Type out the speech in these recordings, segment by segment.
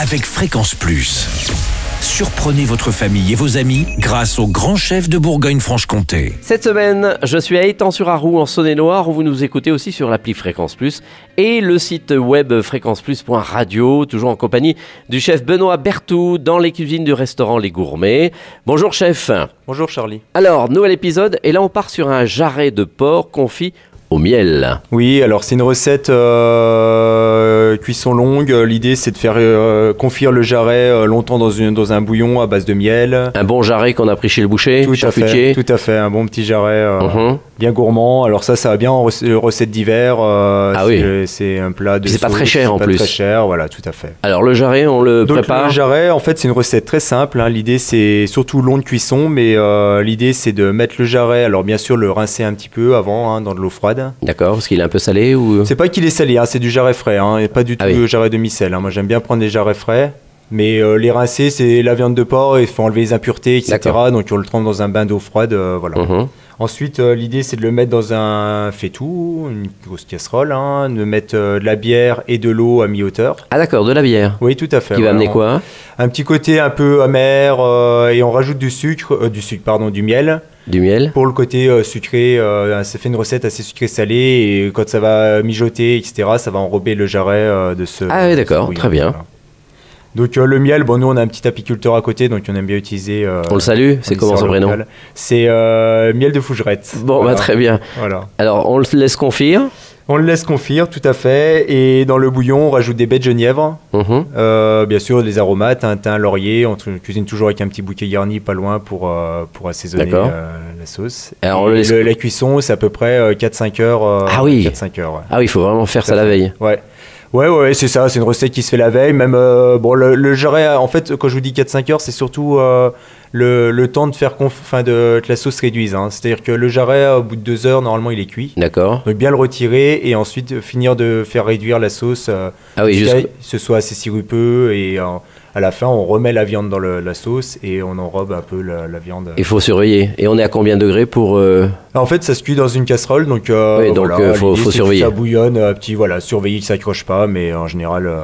avec Fréquence Plus. Surprenez votre famille et vos amis grâce au grand chef de Bourgogne-Franche-Comté. Cette semaine, je suis à Étang-sur-Arroux en Saône-et-Loire où vous nous écoutez aussi sur l'appli Fréquence Plus et le site web fréquenceplus.radio, toujours en compagnie du chef Benoît Berthou dans les cuisines du restaurant Les Gourmets. Bonjour chef. Bonjour Charlie. Alors, nouvel épisode et là on part sur un jarret de porc confit au miel. Oui, alors c'est une recette euh, cuisson longue. L'idée c'est de faire euh, confire le jarret euh, longtemps dans, une, dans un bouillon à base de miel. Un bon jarret qu'on a pris chez le boucher, Tout à fait, charcutier. tout à fait, un bon petit jarret euh, Mhm. bien gourmand. Alors ça, ça va bien en rec- recette d'hiver. euh, Ah c'est- oui. C'est un plat de. Puis c'est pas sauce, très cher, en pas plus. Euh, Très cher, voilà, tout à fait. Alors le jarret, on le Donc prépare. le jarret, en fait, c'est une recette très simple. hein. L'idée, c'est surtout long de cuisson, mais euh, l'idée, c'est de mettre le jarret. Alors bien sûr, le rincer un petit peu avant hein, dans de l'eau froide. D'accord, parce qu'il est un peu salé ou C'est pas qu'il est salé, hein, c'est du jarret frais, hein, et pas du tout Ah oui. le jarret demi-sel. hein. Moi j'aime bien prendre des jarrets frais, mais euh, les rincer, c'est la viande de porc, il faut enlever les impuretés, etc. D'accord. Donc on le trempe dans un bain d'eau froide, euh, voilà. Mhm. Ensuite, euh, l'idée c'est de le mettre dans un faitout, une grosse casserole, hein, de mettre euh, de la bière et de l'eau à mi-hauteur. Ah d'accord, de la bière. Oui, tout à fait. Qui va Ben voilà. amener quoi Un petit côté un peu amer, euh, et on rajoute du sucre, euh, du sucre, pardon, du miel. Du miel. Pour le côté euh, sucré, euh, ça fait une recette assez sucrée-salée et quand ça va mijoter, etc., ça va enrober le jarret euh, de ce. Ah oui, de ce d'accord, bouillon, très bien. voilà. Donc euh, le miel, bon, nous on a un petit apiculteur à côté, donc on aime bien utiliser. euh, On le salue, c'est on comment sort son le prénom miel. C'est euh, miel de fougerette. Bon, Voilà, bah très bien. Voilà. Alors, on le laisse confire. On le laisse confire, tout à fait. Et dans le bouillon, on rajoute des baies de genièvre. Mhm. Euh, bien sûr, des aromates, un thym, laurier. On tru- cuisine toujours avec un petit bouquet garni pas loin pour, euh, pour assaisonner D'accord. euh, la sauce. Alors, on le Et laisse- le- la cuisson, c'est à peu près euh, 4-5 heures. euh, Ah oui. 4-5 heures, ouais. Ah oui, il faut vraiment faire ça la veille. Ouais. Ouais, ouais, c'est ça, c'est une recette qui se fait la veille. Même, euh, bon, le, le jarret, en fait, quand je vous dis 4-5 heures, c'est surtout euh, le, le temps de faire conf- enfin, de, que la sauce réduise. hein. C'est-à-dire que le jarret, au bout de 2 heures, normalement, il est cuit. D'accord. Donc, bien le retirer et ensuite euh, finir de faire réduire la sauce. euh, Ah oui, jusqu'à jusqu'- que ce soit assez sirupeux et euh, à la fin on remet la viande dans le- la sauce et on enrobe un peu la, la viande. Ah, il faut surveiller. Et on est à combien de degrés pour euh, En fait, ça se cuit dans une casserole, donc, euh, Oui, donc, euh, faut- faut l'idée, c'est que surveiller. Ça bouillonne, euh, petit voilà, surveiller que ça accroche pas, mais en général, euh,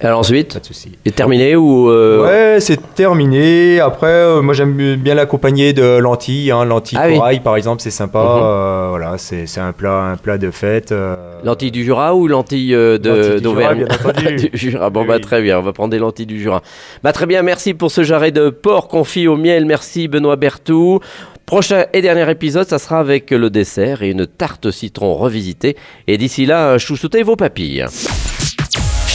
Alors ensuite, pas de souci. c'est terminé ou euh, Ouais, c'est terminé. Après, euh, moi j'aime bien l'accompagner de lentilles, hein, lentilles Ah oui. corail par exemple, c'est sympa. Mhm. euh, voilà, c'est c'est un plat, un plat de fête. euh, Lentilles du Jura ou lentilles euh, Lentilles de- du d'Auvergne Jura, bien entendu. Du Jura. Bon, Oui, bah oui. très bien, on va prendre des lentilles du Jura. Bah très bien, merci pour ce jarret de porc confit au miel. Merci Benoît Berthou. Prochain et dernier épisode, ça sera avec le dessert et une tarte citron revisitée. Et d'ici là, chouchoutez vos papilles.